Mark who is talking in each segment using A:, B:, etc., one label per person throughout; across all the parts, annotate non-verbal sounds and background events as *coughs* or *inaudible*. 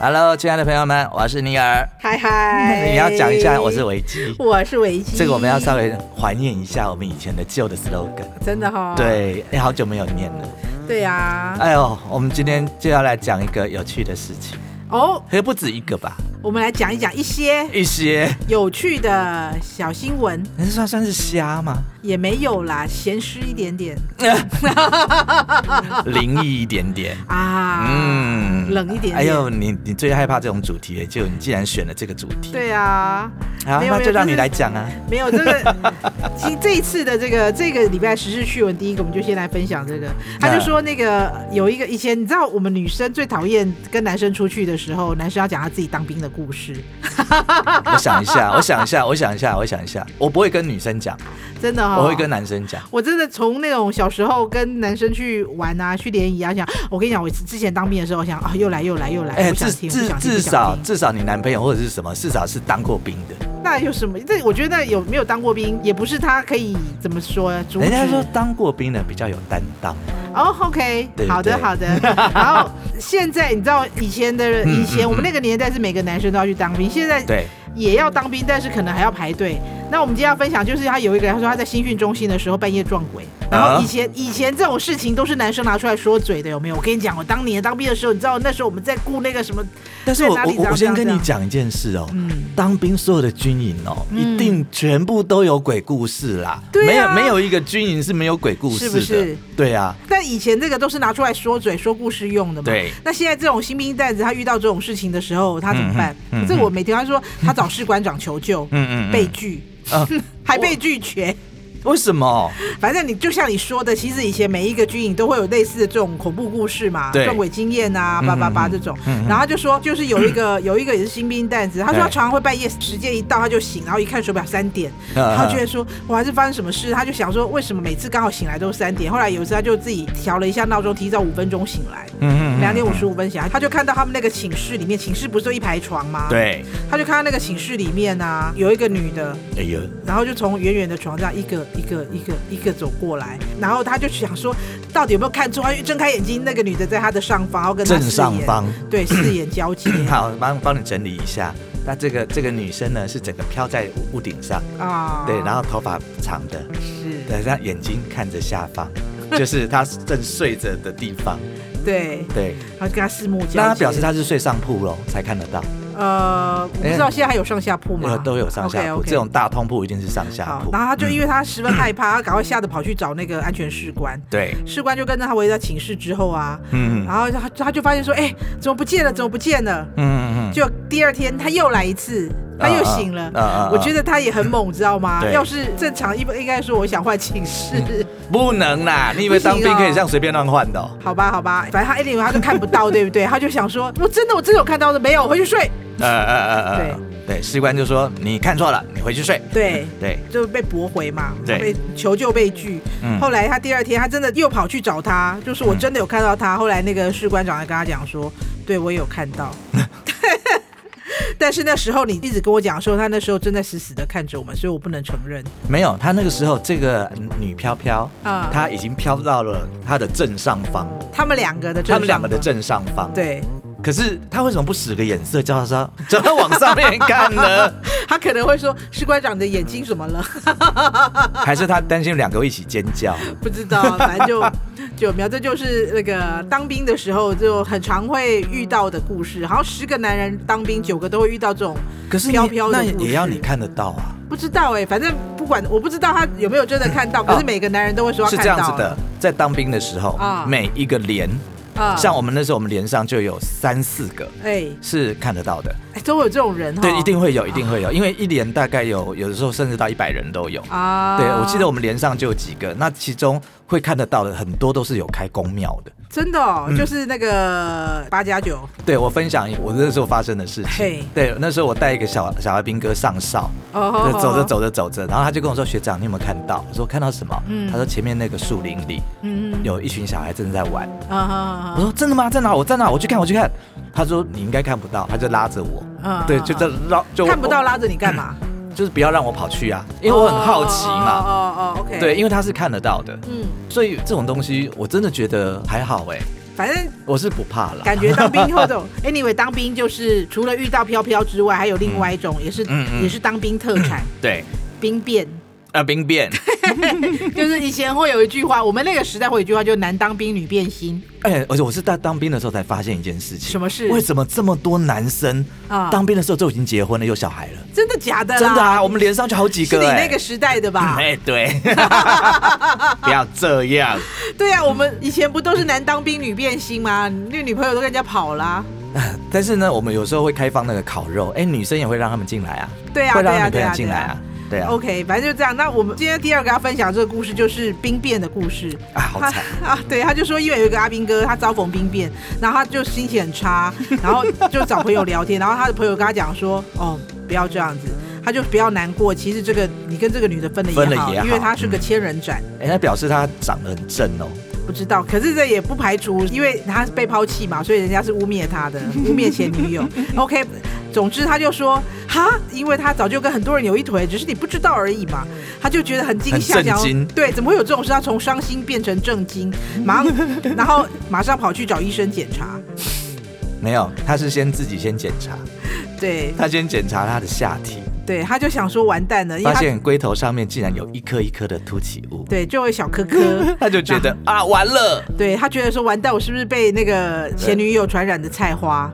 A: Hello，亲爱的朋友们，我是尼尔。
B: 嗨嗨，
A: 你要讲一下，我是维基。
B: 我是维基。
A: 这个我们要稍微怀念一下我们以前的旧的 slogan。
B: 真的哈、哦。
A: 对，哎、好久没有念了。
B: 对呀、
A: 哎呦，我们今天就要来讲一个有趣的事情，
B: 哦，
A: 可是不止一个吧，
B: 我们来讲一讲一些
A: 一些。
B: 有趣的小新闻，
A: 你是算算是瞎
B: *laughs*
A: 吗？
B: 也没有啦，闲湿一点点
A: 灵异一点点。
B: 啊，
A: 嗯
B: 冷一点点。
A: 哎呦，你你最害怕这种主题了，就你既然选了这个主题，
B: 对啊，
A: 好，
B: 没有
A: 那
B: 没
A: 就
B: 有
A: 让
B: 就
A: 你
B: 是
A: 来讲啊。
B: 没有这
A: *laughs*
B: 个。其实这一次的这个这个礼拜时事趣闻，第一个我们就先来分享这个。他就说那个有一个以前你知道我们女生最讨厌跟男生出去的时候，男生要讲他自己当兵的故事，
A: 我想一下，我想一下，我想一下，我想一下，我不会跟女生
B: *laughs*
A: 讲，
B: 真的哈、
A: 我会跟男生讲。
B: 我真的从那种小时候跟男生去玩啊，去联谊啊，想我跟你讲，我之前当兵的时候，我想啊，又来又来又来，
A: 哎、
B: 不想
A: 至
B: 听，不
A: 至
B: 想听，
A: 至
B: 不
A: 少
B: 想听。
A: 至少你男朋友或者是什么，至少是当过兵的。
B: 那有什么？这我觉得有没有当过兵，也不是他可以怎么说阻止。
A: 人家说当过兵的比较有担当，
B: 哦，OK，
A: 对
B: 好的
A: 对
B: 好的。然后现在你知道以前的
A: *laughs*
B: 人
A: 嗯
B: 以前
A: 嗯
B: 我们那个年代是每个男生都要去当兵，现在
A: 对，
B: 也要当兵，但是可能还要排队。那我们今天要分享就是他有一个人，他说他在新训中心的时候半夜撞鬼，然
A: 啊
B: 后以前、以前这种事情都是男生拿出来说嘴的，有没有？我跟你讲，我当年当兵的时候，你知道那时候我们在顾那个什么，
A: 但是我
B: 在哪里
A: 我我
B: 长
A: 先
B: 这
A: 跟
B: 样
A: 你讲一件事哦、
B: 嗯，
A: 当兵所有的军营哦、一定全部都有鬼故事啦。
B: 对
A: 没有
B: 啊
A: 没有一个军营是没有鬼故事的。
B: 是不是
A: 对啊，
B: 但以前这个都是拿出来说嘴、说故事用的嘛。
A: 对
B: 那现在这种新兵蛋子，他遇到这种事情的时候，他怎么办？
A: 嗯嗯嗯
B: 这我每天他说他找士官长求救，
A: 嗯嗯嗯
B: 被拒，
A: 啊
B: *laughs* 还被拒绝。
A: 为什么？
B: 反正你就像你说的，其实以前每一个军营都会有类似的这种恐怖故事嘛，
A: 对
B: 撞鬼经验啊，叭叭
A: 嗯
B: 叭
A: 嗯嗯
B: 这种。
A: 嗯嗯
B: 然后他就说，就是有一
A: *coughs*
B: 个有一个也是新兵蛋子，他说他
A: 对
B: 常常会半夜时间一到他就醒，然后一看手表三点，
A: 呃
B: 他觉得说我还是发生什么事，他就想说为什么每次刚好醒来都是三点。后来有一次他就自己调了一下闹钟，提早五分钟醒来，
A: 嗯
B: 两点五十五分醒来，他就看到他们那个寝室里面，寝室不是有一排床吗？，
A: 嗯对，
B: 他就看到那个寝室里面啊，有一个女的，
A: 哎呦，
B: 然后就从远远的床上一个一个一个一个走过来，然后他就想说，到底有没有看错？他就睁开眼睛，那个女的在他的上方，然后跟他
A: 正
B: 视
A: 上
B: 野
A: 方。
B: 对四眼
A: *clears throat*
B: 交接
A: 好，帮帮你整理一下。那这个这个女生呢，是整个飘在屋顶上，
B: 啊，
A: 对，然后头发长的，
B: 是，
A: 对，让眼睛看着下方， *laughs* 就是她正睡着的地方，
B: 对，
A: 对。
B: 然后就跟他四目交接。
A: 那她表示她是睡上铺喽，才看得到，
B: 呃，我不知道现在还有上下铺
A: 因
B: 吗
A: 为？哎都有上下铺
B: o k o k
A: 这种大通铺一定是上下
B: 好
A: 铺。，
B: 然后他就
A: 嗯
B: 因为他十分害怕，他赶快吓得跑去找那个安全士官，
A: 对，
B: 士官就跟着他围在寝室之后啊，
A: 嗯嗯
B: 然后他他就发现说，哎、怎么不见了？怎么不见了？
A: 嗯嗯，
B: *laughs* 就第二天他又来一次，他又醒了。
A: 啊
B: 我觉得他也很猛，知道吗？
A: 对嗯
B: 要是正常，应应该说我想换寝室，
A: 不能
B: *laughs*
A: 啦，你以为当兵可以这样随便乱换的哦？
B: 好吧，好吧，反正他 anyway 他就看不到，对不对？他就想说，我真的我真的有看到的，没有，我回去睡。
A: 呃呃呃呃，对，士官就说你看错了，你回去睡。
B: 对，
A: 对，
B: 就被驳回嘛，
A: 对
B: 被求救被拒。
A: 嗯
B: 后来他第二天，他真的又跑去找他，就是我
A: 嗯
B: 真的有看到他。后来那个士官长还跟他讲说，对我也有看
A: *laughs*
B: 到。但是那时候你一直跟我讲说，他那时候正在死死的看着我们，所以我不能承认
A: 没有，她那个时候这个女飘飘，
B: 啊。
A: 她已经飘到了她的正上方，
B: 他们两个的正
A: 他们两
B: 上
A: 个的
B: 方
A: 正上方。，
B: 对，
A: 可是她为什么不使个眼色叫她说 *laughs* 叫她往上面看呢？ *laughs*
B: *laughs* 他可能会说士官长的眼睛怎么了？ *laughs*
A: 还是她担心两个一起尖叫？
B: 不知道，反正就就苗，这就是那个当兵的时候就很常会遇到的故事。好像十个男人当兵，九个都会遇到这种。
A: 可是你
B: 飘飘的
A: 那
B: 故事
A: 也要你看得到啊，
B: 不知道哎、反正不管我不知道他有没有真的看到，可是每个男人都会说
A: 哦是
B: 他
A: 这
B: 啊看
A: 样
B: 到
A: 子的，在当兵的时候
B: 啊，
A: 每一个连，
B: 啊
A: 像我们那时候我们连上就有三四个
B: 哎、
A: 是看得到的。
B: 哎都有这种人哈，
A: 对，一定会有，一定会有，因为一连大概有有的时候甚至到一百人都有。
B: 啊。
A: 对，我记得我们连上就有几个，那其中会看得到的很多都是有开公庙的。
B: 真的、哦
A: 嗯
B: 就是那个八加九
A: 对我分享一我那时候发生的事
B: 嘿
A: 情。对，那时候我带一个小小孩兵哥上哨，
B: 哦
A: 对，走着，走着走着，然后他就跟我说：“学长，你有没有看到？”我说：“看到什么？”
B: 嗯
A: 他说：“前面那个树林里
B: 嗯嗯
A: 有一群小孩正在玩。
B: 啊啊
A: 我说：“真的吗？在哪？我在哪？我去看，我去看。”他说：“你应该看不到。”他就拉着我，
B: 啊
A: 对，就这绕就
B: 看不到，拉着你干嘛？
A: 就是不要让我跑去啊，因为我很好奇嘛。
B: 哦哦哦哦，OK，
A: 对，，因为他是看得到的，
B: 嗯。
A: 所以这种东西我真的觉得还好哎、
B: 反正
A: 我是不怕啦。
B: 感觉当兵后的
A: *laughs*
B: anyway，当兵就是除了遇到飘飘之外，还有另外一种也是
A: 嗯嗯
B: 也是当兵特
A: *laughs*
B: 产
A: 对，
B: 兵变，
A: 呃，兵变，
B: 就是以前会有一句话，我们那个时代会有一句话，就男当兵女变心，
A: 哎、而且我是在当兵的时候才发现一件事情，
B: 什么事
A: 为什么这么多男生
B: 啊
A: 当兵的时候都已经结婚了，有小孩了？
B: 真的假的啦？
A: 真的
B: *laughs*
A: 啊，我们连上就好几
B: 是
A: 个、
B: 你
A: 哎，
B: 那个啊时代的吧？
A: *laughs* 哎、
B: *laughs*
A: 对，不要这样。
B: 对啊，我们以前不都是男当兵女变心吗？那女朋友都跟人家跑啦、
A: 但是呢，我们有时候会开放那个烤肉，哎、女生也会让他们进来啊，
B: 对啊
A: 会让
B: 对啊
A: 女朋
B: 对
A: 友
B: 啊
A: 进来啊，对啊，
B: OK，反正就这样。那我们今天第二个要分享这个故事就是兵变的故事。
A: 啊，好
B: 他
A: 惨，
B: *laughs* 啊！对，他就说，因为有一个阿兵哥，他遭逢兵变，然后他就心情很差，然后就找朋友聊天，然后他的朋友跟他讲说：“哦，不要这样子，他就不要难过。其实这个你跟这个女的分了
A: 分了
B: 也好，
A: 也好
B: 因为她是个千人斩，
A: 哎、那表示他长得很正哦，
B: 不知道。可是这也不排除，因为他被抛弃嘛，所以人家是污蔑他的，污蔑前女友。OK，总之他就说哈，因为他早就跟很多人有一腿，只是你不知道而已嘛。他就觉得很惊吓，
A: 很震
B: 想要
A: 惊
B: 对，怎么会有这种事？他从伤心变成震惊，马上然后马上跑去找医生检查。
A: 没有，他是先自己先检查，
B: 对
A: 他先检查他的下体，
B: 对，他就想说完蛋了，因为
A: 发
B: 他
A: 现龟头上面竟然有一颗一颗的凸起物，。
B: 哎对就会小磕磕
A: 他就觉得啊，完了，
B: 对他觉得说完蛋，我是不是被那个前女友传染的
A: *laughs*
B: 菜花？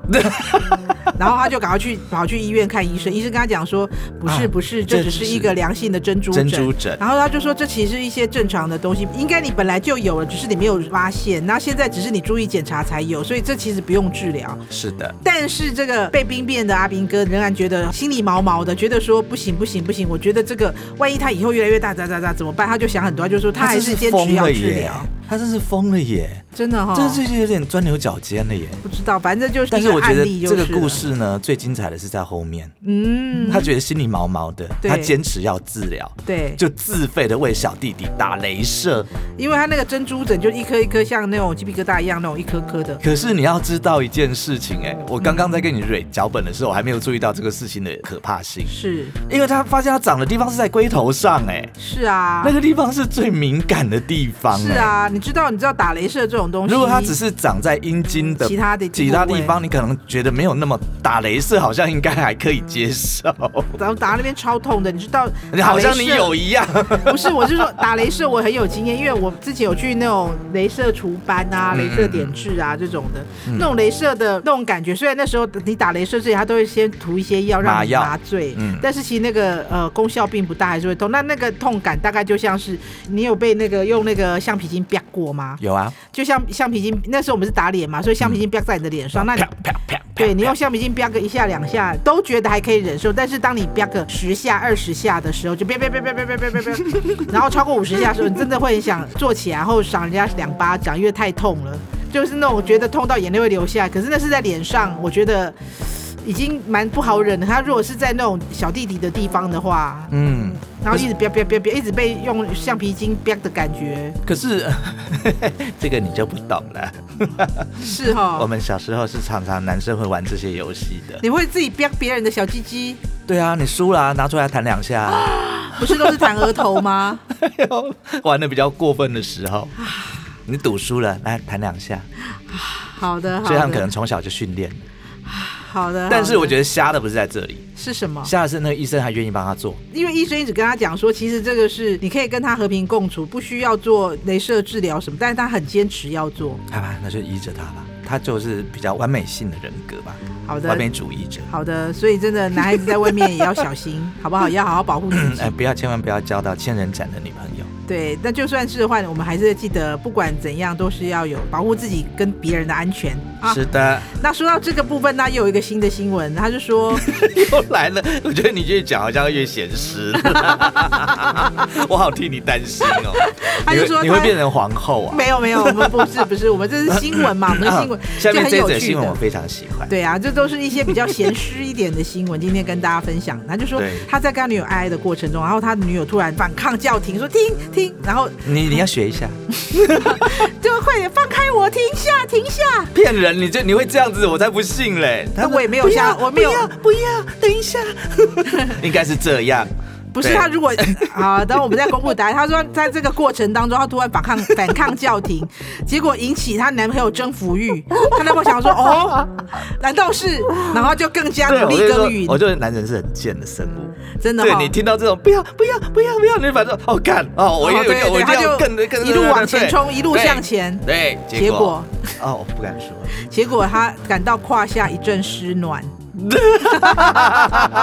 B: 然后他就赶快去跑去医院看医生，医生跟他讲说，不是
A: 啊
B: 不是，这
A: 这
B: 只
A: 只
B: 是一
A: 是
B: 个良性的珍珠
A: 珍
B: 疹。
A: 珠疹，
B: 然后他就说这其实是一些正常的东西，应该你本来就有了，只是你没有发现。那现在只是你注意检查才有，所以这其实不用治疗。
A: 是的，
B: 但是这个被兵变的阿兵哥仍然觉得心里毛毛的，觉得说不行不行不行，我觉得这个万一他以后越来越大咋咋咋怎么办？他就想很多，他就说他还
A: 真
B: 是坚持要治疗，，哦
A: 他真是疯了耶，
B: 真的哈、
A: 这这就有点钻牛角尖了耶。
B: 不知道，反正就
A: *laughs*
B: 是
A: 但
B: 一
A: 是我觉
B: 案
A: 得
B: 例就
A: 这
B: 是
A: 个故
B: 了，
A: 事呢，最精彩的是在后面。
B: 嗯，
A: 他觉得心里毛毛的，
B: 对
A: 他坚持要治疗，
B: 对，
A: 就自费的为小弟弟打镭射。
B: 因为他那个珍珠疹就一颗一颗像那种鸡皮疙瘩一样那种一颗颗的，
A: 可是你要知道一件事情、哎，我刚刚在跟你蕊脚本的时候，我还没有注意到这个事情的可怕性，
B: 是
A: 因为他发现他长的地方是在龟头上、哎、
B: 是啊，
A: 那个地方是最敏感的地方、
B: 是
A: 哎。
B: 啊，你知道你知道打镭射这种东西，
A: 如果它只是长在阴茎的
B: 其他的
A: 其他地
B: 部
A: 方，你可能觉得没有那么打镭射，好像应该还可以接
B: *laughs*
A: 受，，
B: 位，然后打那边超痛的，你知道
A: 好像你
B: 打镭射
A: 有一样。
B: *laughs* 不是，我是说打镭射我很有经验，因为我之前有去那种镭射除斑啊、
A: 嗯
B: 镭射点痣啊这种的，那种镭射的那种感觉。虽然那时候你打镭射之前，他都会先涂一些药让
A: 麻
B: 你
A: 药
B: 麻醉，
A: 嗯
B: 但是其实那个呃功效并不大，还是会痛。那那个痛感大概就像是你有被那个用那个橡皮筋啪过吗？
A: 有啊，
B: 就像橡皮筋，那时候我们是打脸嘛，所以橡皮筋啪在你的脸上，那你
A: 啪啪啪啪，
B: 对你用橡皮筋啪个一下两下都觉得还可以忍受，但是当你啪个十下二十下的时候，就啪啪啪啪啪啪啪啪啪，然后超过五十下的时候，你真的会很想坐起来，然后赏人家两巴掌，因为太痛了，就是那种觉得痛到眼泪会流下来。可是那是在脸上，我觉得已经蛮不好忍的。他如果是在那种小弟弟的地方的话，
A: 嗯。
B: 然后一直啪啪啪啪，一直被用橡皮筋啪的感觉，
A: 可是 *laughs* 这个你就不懂了。
B: 是
A: 我
B: 哈。
A: 们小时候是常常男生会玩这些游戏的。
B: 你会自己啪别人的小鸡鸡，
A: 对啊，你输了、啊、拿出来弹两下、
B: 啊不是都是弹额头
A: *laughs*
B: 吗？
A: 玩的比较过分的时候，你赌输了来弹两下，
B: 好的，好的。
A: 所以他们可能从小就训练。
B: 好的，
A: 但是我觉
B: 得
A: 得瞎的不是在这里，
B: 是什么？
A: 瞎的是那个医生还愿意帮他做。
B: 因为医生一直跟他讲说，其实这个是你可以跟他和平共处，不需要做镭射治疗什么，但是他很坚持要做。
A: 好吧，那就依着他吧。他就是比较完美性的人格吧，
B: 好
A: 完
B: 的，
A: 美主义者。
B: 好的，所以真的男孩子在外面也要小心，好不好？要好好保护自
A: *laughs* 嗯
B: 己
A: 哎、。不要千万不要交到千人斩的女朋友。
B: 对，那就算是的话，我们还是记得，不管怎样都是要有保护自己跟别人的安全啊。
A: 是的，
B: 那说到这个部分，那又有一个新的新闻，他就
A: *laughs*
B: 说，
A: 又来了， *laughs* 我觉得你越讲好像越显实， *laughs* 我好替你担心哦。
B: 他就说
A: 你会你会
B: 他
A: 变成皇后啊？
B: 没有没有，我们不是不是，我们这是新
A: *laughs*
B: 闻嘛，我们是新闻
A: 啊下
B: 就
A: 面
B: 很
A: 这一
B: 有
A: 则
B: 趣
A: 新闻
B: 的
A: 我。非常喜欢。
B: 对啊，这都是一些比较闲湿一点的新闻，今天跟大家分享。他就说
A: 对
B: 他在跟他女友爱爱的过程中，然后他女友突然反抗叫停，说停停，然后
A: 你你要学
B: *laughs*
A: 一下，
B: 就快点放开我，停下停下。
A: 骗人！你就你会这样子，我才不信嘞。
B: 我也没有
A: 不要
B: 像我没有 *laughs*
A: 不要，不要，等一下，应该是这样。
B: 不是
A: 对
B: 他如果啊，等我们在公布答案，他说在这个过程当中，他突然反抗反抗教廷，结果引起她男朋友征服欲，她男朋友想说哦，难道是？然后就更加
A: 对，
B: 努
A: 我
B: 力
A: 就
B: 耕
A: 说，
B: 耘
A: 我，觉得男人是很贱的生物。
B: 真的
A: 对
B: 哈、
A: 你听到这种不要不要不要不要，你反正哦干哦，我一
B: 哦
A: 定
B: 对
A: 我
B: 对，
A: 一
B: 他
A: 定要
B: 就
A: 更更
B: 一路往前，冲，一路向前。
A: 对对，
B: 结
A: 结
B: 果，
A: 哦，我不敢说，
B: 结果他感到胯下一阵湿暖。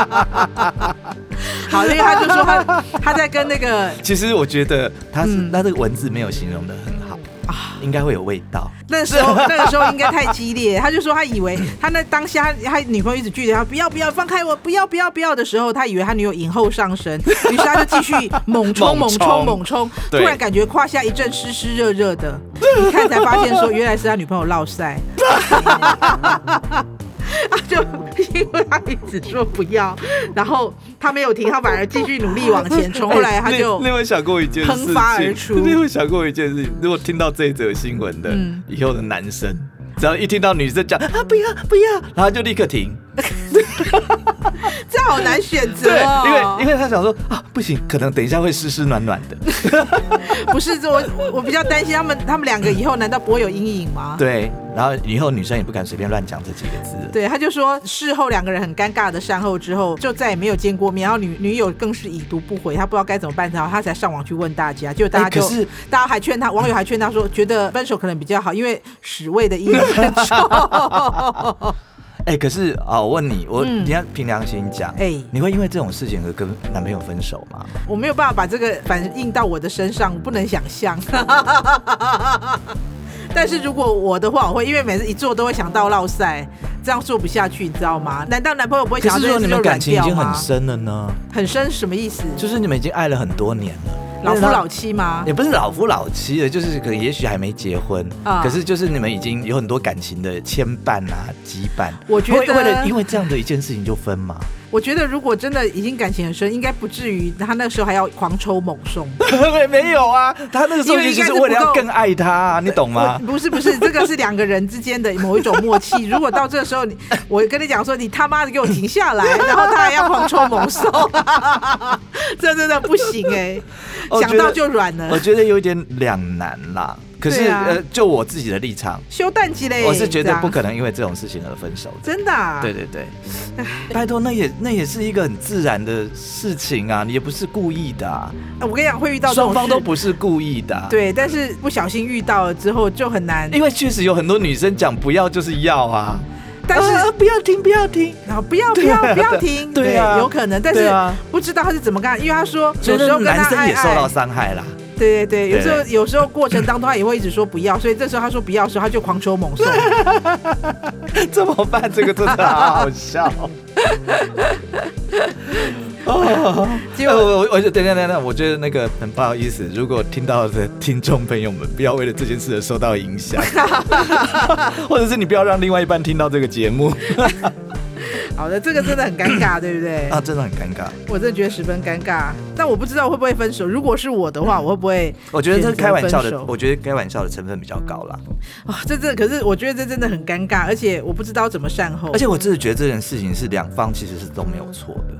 B: 好，因为他就说他他在跟那个
A: 其实我觉得他是
B: 嗯
A: 他这个文字没有形容的很好啊，应该会有味道。
B: 那时候那个时候应该太激烈，他就说他以为他那当下他他女朋友一直拒绝他，不要不要放开我，不要不要不要的时候，他以为他女友引后上身，于是他就继续猛冲猛
A: 猛
B: 冲
A: 冲
B: 猛冲，突
A: 对
B: 然感觉胯下一阵湿湿热热的，一看才发现说原来是他女朋友落塞。他 *laughs* 就 *laughs* 因为他一直说不要， *laughs* 然后他没有停，他反而继续努力往前冲。后来他
A: 哎
B: 就
A: 你你有没有想过一件事情？
B: 喷发而出
A: 你有没有想过一件事情？如果听到这一则新闻的
B: 嗯
A: 以后的男生，只要一听到女生讲啊不要不要，然后就立刻停。
B: *laughs* 这好难选择
A: 对，
B: 哦，
A: 因为因为他想说啊不行，可能等一下会湿湿暖暖的。
B: 不是这我我我比较担心他们他们两个以后难道不会有阴影吗？
A: 对，然后以后女生也不敢随便乱讲这几个字。
B: 对，他就说事后两个人很尴尬的善后之后，就再也没有见过面，然后女女友更是已读不回，他不知道该怎么办，然后他才上网去问大家，结果大家
A: 哎可
B: 就是大家还劝他，网友还劝他说，觉得分手可能比较好，因为屎味的阴影很重。
A: 哎、可是啊、我问你，我、
B: 嗯
A: 你要凭良心讲，哎、
B: 哎
A: 你会因为这种事情而跟男朋友分手吗？
B: 我没有办法把这个反映到我的身上，我不能想象。 *laughs* 但是如果我的话，我会因为每次一做都会想到落塞，这样做不下去，你知道吗？难道男朋友不会
A: 可
B: 想哎
A: 是
B: 到这
A: 如果
B: 件事
A: 你
B: 就
A: 们
B: 软
A: 感情已
B: 掉
A: 经很
B: 吗？
A: 深了呢，
B: 很深什么意思？
A: 就是你们已经爱了很多年了，
B: 老夫
A: 那
B: 老妻啊吗？
A: 也不是老夫老妻了，就是可能也许还没结婚，
B: 啊
A: 可是就是你们已经有很多感情的牵绊啊、羁绊。
B: 我觉得
A: 会为了因为这样的一件事情就分
B: *laughs*
A: 吗？
B: 我觉得如果真的已经感情很深，应该不至于他那时候还要狂抽猛送。
A: 没没有啊，他那个时候
B: 因为
A: 就
B: 应该
A: 是
B: 是
A: 为了
B: 不够
A: 要更爱他、啊，你懂吗
B: *laughs* 我？不是不是，这个是两个人之间的某一种默契。
A: *laughs*
B: 如果到这时候你，我跟你讲说，你他妈的给我停下来，然后他还要狂抽
A: *laughs*
B: 猛送，这真的不行哎、
A: 我觉
B: 想
A: 得
B: 到就软
A: 我
B: 了。
A: 觉得有点两难啦。可是、
B: 对啊
A: 呃，就我自己的立场，
B: 修蛋鸡嘞，
A: 我是觉
B: 这
A: 得
B: 样
A: 不，可能因为这种事情而分手的。
B: 真的、啊。
A: 对对对，拜托，那也那也是一个很自然的事情啊，你也不是故意的、啊，
B: 我跟你讲，会遇到这种
A: 双方都
B: 事
A: 不是故意的、啊。，
B: 对，但是不小心遇到了之后就很难。
A: 因为确实有很多女生讲不要就是要啊，
B: 但是
A: 啊不要听不要听，
B: 然后不要不
A: 对啊
B: 要不要停，
A: 对啊
B: 有可能，但
A: 对
B: 是
A: 啊
B: 不知道他是怎么干，因为他说
A: 所
B: 有
A: 以
B: 时候跟
A: 男
B: 他
A: 生
B: 爱
A: 也受到
B: 爱，
A: 伤害啦。
B: 对对对，有时候
A: 对
B: 有时候过程当中他也会一直说不要，所以这时候他说不要的时候他就狂抽猛
A: *laughs*
B: 送，
A: 怎么办？这个真的
B: *laughs*
A: 好好笑。哦，
B: 哎结果
A: 呃我我我就等等等等，我觉得那个很不好意思，如果听到的听众朋友们，不要为了这件事而受到影
B: *laughs*
A: 响，或者是你不要让另外一半听到这个节
B: *laughs*
A: 目
B: 好的，这个真的很尴尬，对不对？
A: 啊，真的很尴尬。
B: 我真的觉得十分尴尬，但我不知道会不会分手。如果是我的话，我会不会
A: 我觉得这是开玩笑
B: 选
A: 的
B: 择，分手
A: 我觉得开玩笑的成分比较高啦。
B: 啊？这真的，可是我觉得这真的很尴尬，而且我不知道怎么善后。
A: 而且我真的觉得这件事情是两方其实是都没有错的。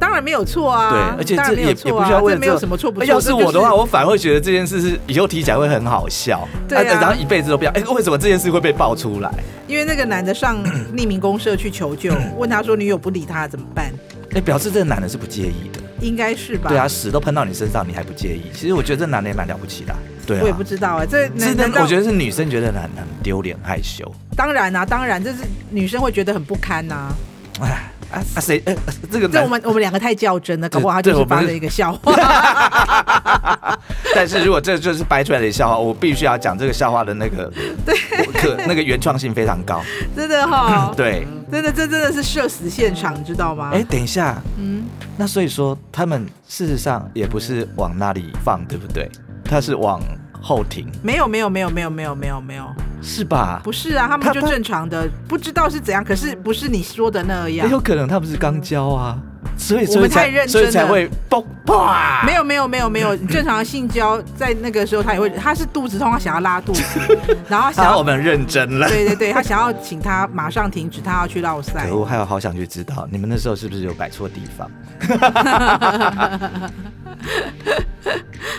B: 当然没有错啊，
A: 对，而且
B: 当
A: 这
B: 然没
A: 也也
B: 有错
A: 不
B: 啊，
A: 需要为
B: 这
A: 了
B: 没有什么错不错。
A: 要是
B: 这就
A: 我的话，我反而会觉得这件事是以后提起来会很好笑。
B: 对啊
A: 然后一辈子都不要。哎、为什么这件事会被爆出来？
B: 因为那个男的上匿名公社去
A: *laughs*
B: 求救，问他说女友不理他怎么办？
A: 哎、表示这个男的是不介意的。
B: 应该是吧？
A: 对啊，，屎都喷到你身上，你还不介意？其实我觉得这男的也蛮了不起的啊、对啊。
B: 我也不知道哎、这
A: 是
B: 难
A: 的
B: 难，道
A: 我觉得是女生觉得很很丢脸害羞。
B: 当然啊，当然这是女生会觉得很不堪呐、
A: 哎啊啊谁、哎，呃这个
B: 这
A: 男
B: 我们我们两个太较真了，搞不好他
A: 对
B: 就是
A: 我们
B: 发
A: 是
B: 了一个笑话。
A: 但是如果这就是掰出来的笑话，我必须要讲这个笑话的那个对可那个原创性非常高。
B: *laughs*
A: *laughs*
B: 真的哈、
A: 对，
B: 真的这真的是社死现场，你知道吗？
A: 哎、等一下，
B: 嗯，
A: 那所以说，他们事实上也不是往那里放，对不对？他是往后庭，
B: 没有没有没有没有没有没有没有，
A: 是吧？
B: 不是啊，他们
A: 他
B: 就
A: 他
B: 正常的，不知道是怎样，可是不是你说的那
A: 也
B: 样。
A: 有可能他们是刚交啊，所以
B: 我
A: 所以
B: 们太
A: 才
B: 认真了
A: 所以才会爆啊啪，
B: 没有没有没有没有，
A: 哎
B: 正常的性交在那个时候他也会，他是肚子痛，他想要拉肚
A: *laughs*
B: 子，然后他想
A: 好，我
B: 要，
A: 们认真了。
B: *laughs* 对对对，他想要请他马上停止，他要去绕赛
A: 可。恶，还有好想去知道你们那时候是不是有摆错地方？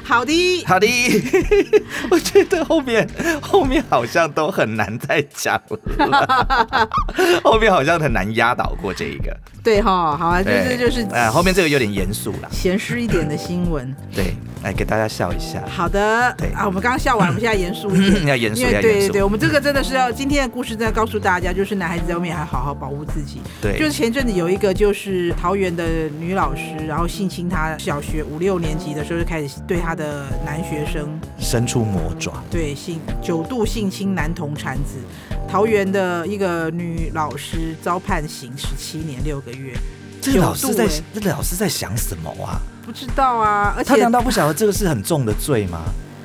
B: 好的，
A: 好的， *laughs* 我觉得后面后面好像都很难再讲了， *laughs* 后面好像很难压倒过这一个。
B: 对哈，好啊，就是
A: 对，
B: 就是
A: 哎、后面这个有点严肃啦。
B: 闲适一点的新闻。
A: 对，来给大家笑一下。 *laughs*
B: 好的，
A: 对，
B: 啊，我们刚刚笑完，我们现在严肃一点
A: 要严肃
B: 因为
A: 要
B: 对
A: 严
B: 对
A: 肃
B: 对，我们这个真的是要今天的故事，真的告诉大家，就是男孩子在外面还好好保护自己。
A: 对，
B: 就是前阵子有一个就是桃园的女老师，然后性侵她小学五六年级的时候就开始对她的男学生
A: 伸出魔爪，
B: 对性九度性侵男童产子，桃园的一个女老师遭判刑十七年六个月，
A: 这老师在
B: 九度欸
A: 这老师在想什么啊？
B: 不知道啊，而
A: 他
B: 且
A: 难道不晓得这个是很重的罪吗？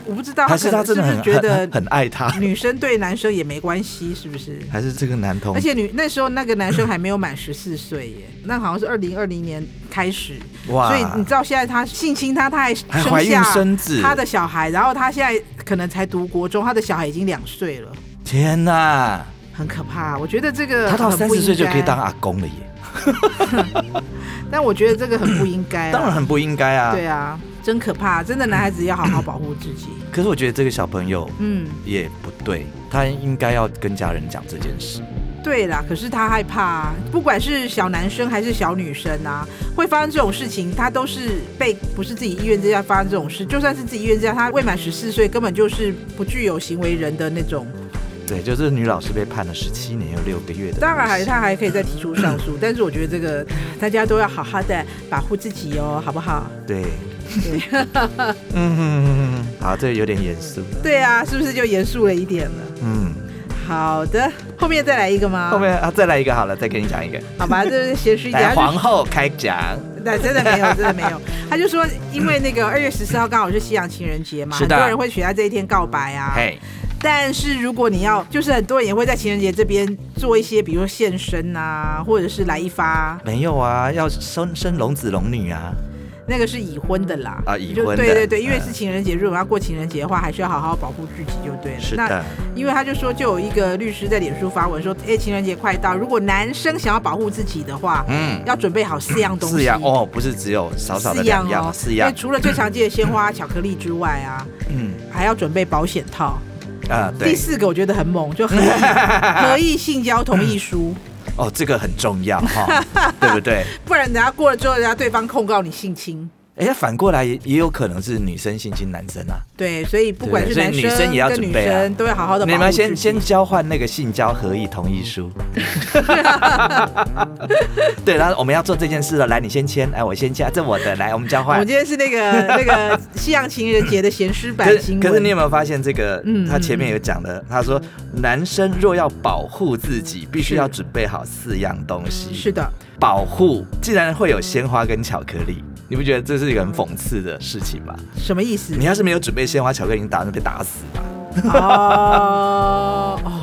B: 我不知道
A: 还
B: 可
A: 是他
B: 能
A: 真的
B: 不
A: 很
B: 是觉得
A: 很很爱他？
B: 女生对男生也没关系，是不是？
A: *laughs* 还是这个男童
B: 而？且女那时候那个男生还没有满十四岁耶，那好像是二零二零年开始，
A: 哇
B: 所以你知道现在他性侵他，他还生
A: 还怀孕
B: 下
A: 生子
B: 他的小孩，然后他现在可能才读国中，他的小孩已经两岁了，
A: 天哪，
B: 很可怕。我觉得这个
A: 他到
B: 很
A: 三
B: 不
A: 十岁就
B: 应该
A: 可以当，阿公了耶！
B: 但我觉得这个很不应该。啊
A: 当然，很不应该啊。
B: 对啊，真可怕，真的男孩子要好好保护自己。
A: 可是我觉得这个小朋友
B: 嗯，
A: 也不对，他应该要跟家人讲这件事。
B: 对啦，可是他害怕、啊，不管是小男生还是小女生啊，会发生这种事情，他都是被不是自己意愿之下发生这种事。就算是自己意愿之下，他未满十四岁，根本就是不具有行为人的那种。
A: 对，就是女老师被判了十七年又六个月的。
B: 当然还他还可以再提出
A: *laughs*
B: 上诉，但是我觉得这个大家都要好好的保护自己哦，好不好？
A: 对，
B: *laughs*
A: 嗯嗯嗯，好，这个有点严肃了。
B: 对啊，是不是就严肃了一点了？
A: 嗯，
B: 好的，后面再来一个吗？
A: 后面啊，再来一个好了，再给你讲一个。
B: 好吧，就是闲适一点。
A: 来， *laughs*
B: 他就
A: 皇后开讲。
B: *laughs* 那真的没有，真的没有。他就说，因为那个二月十四号刚好是西洋情人节嘛，
A: 是
B: 很
A: 的
B: 多人会选在这一天告白啊。
A: 嘿，
B: 但是如果你要，就是很多人也会在情人节这边做一些，比如说献身啊，或者是来一发啊、
A: 没有啊，要生生龙子龙女啊。
B: 那个是已婚的啦。
A: 啊已婚的
B: 就对对对，
A: 嗯
B: 因为是情人节，如果要过情人节的话，还是要好好保护自己就对了。
A: 是
B: 那
A: 的，
B: 因为他就说，就有一个律师在脸书发文说，哎，情人节快到，如果男生想要保护自己的话，
A: 嗯，
B: 要准备好四样东西。
A: 四样哦，不是只有少少的
B: 四
A: 两
B: 样
A: 样，啊
B: 哦，
A: 四
B: 因为
A: 样。
B: 除了最常见的
A: *laughs*
B: 鲜花、巧克力之外啊，
A: 嗯
B: 还要准备保险套。
A: 啊，
B: 第
A: 对，
B: 四个我觉得很猛，就合
A: *laughs*
B: 意合意性交同意书，
A: 哦，这个很重要 *laughs* 哈，对不对？
B: 不然等下过了之后，人家对方控告你性侵。
A: 哎，那反过来也也有可能是女生性侵男生啊。
B: 对，所以不管是
A: 对
B: 男
A: 所以女生
B: 生
A: 也要
B: 跟
A: 准
B: 女
A: 备啊
B: 生，都要好好的保
A: 你
B: 护
A: 们
B: 自己。
A: 先先交换那个性交合意同意 *laughs* 书。对，然后我们要做这件事了，来，你先签，哎，我先签，这我的，来，我们交
B: 我
A: 换
B: 们。今天是那
A: *laughs*
B: 个那个西洋情人节的闲诗
A: 可
B: 版
A: 是
B: 新
A: 可是你有
B: 闻。
A: 没有发现这个？
B: 嗯
A: 他前面有讲的，他说男生若要保护自己，必须
B: 是
A: 要准备好四样东西。
B: 是的，
A: 保护，既然会有鲜花跟巧克力，你不觉得这是一个很讽刺的事情吗？
B: 什么意思？
A: 你要是没有准备鲜花巧克力，你打算被打死吧？
B: 哦哦，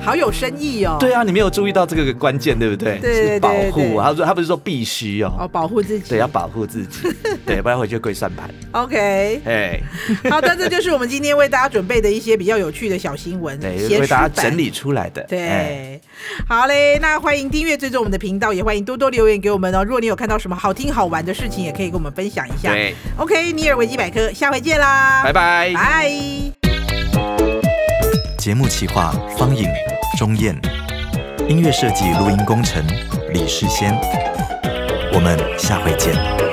B: 好有深意哦。
A: 对啊，你没有注意到这个关键，对不对？
B: 对对
A: 是保
B: 对对
A: 护。他说他不是说必须哦，
B: 哦，保护自己。
A: 对，要保护自
B: *laughs*
A: 己，对，不然回去跪算盘。
B: OK。
A: 哎，
B: 好的，这就是我们今天为大家准备的一些比较有趣的小新闻，
A: 对，
B: 闲
A: 为
B: 时
A: 大家
B: 版
A: 整。理出来的。哎，
B: 对，好嘞，那欢迎订阅追踪我们的频道，也欢迎多多留言给我们哦。如果你有看到什么好听好玩的事情，也可以跟我们分享一下。
A: 对，
B: OK，尼尔维基百科，下回见啦，
A: 拜拜。
B: 拜。
C: 节目企划方颖、钟燕，音乐设计、录音工程李世先。我们下回见。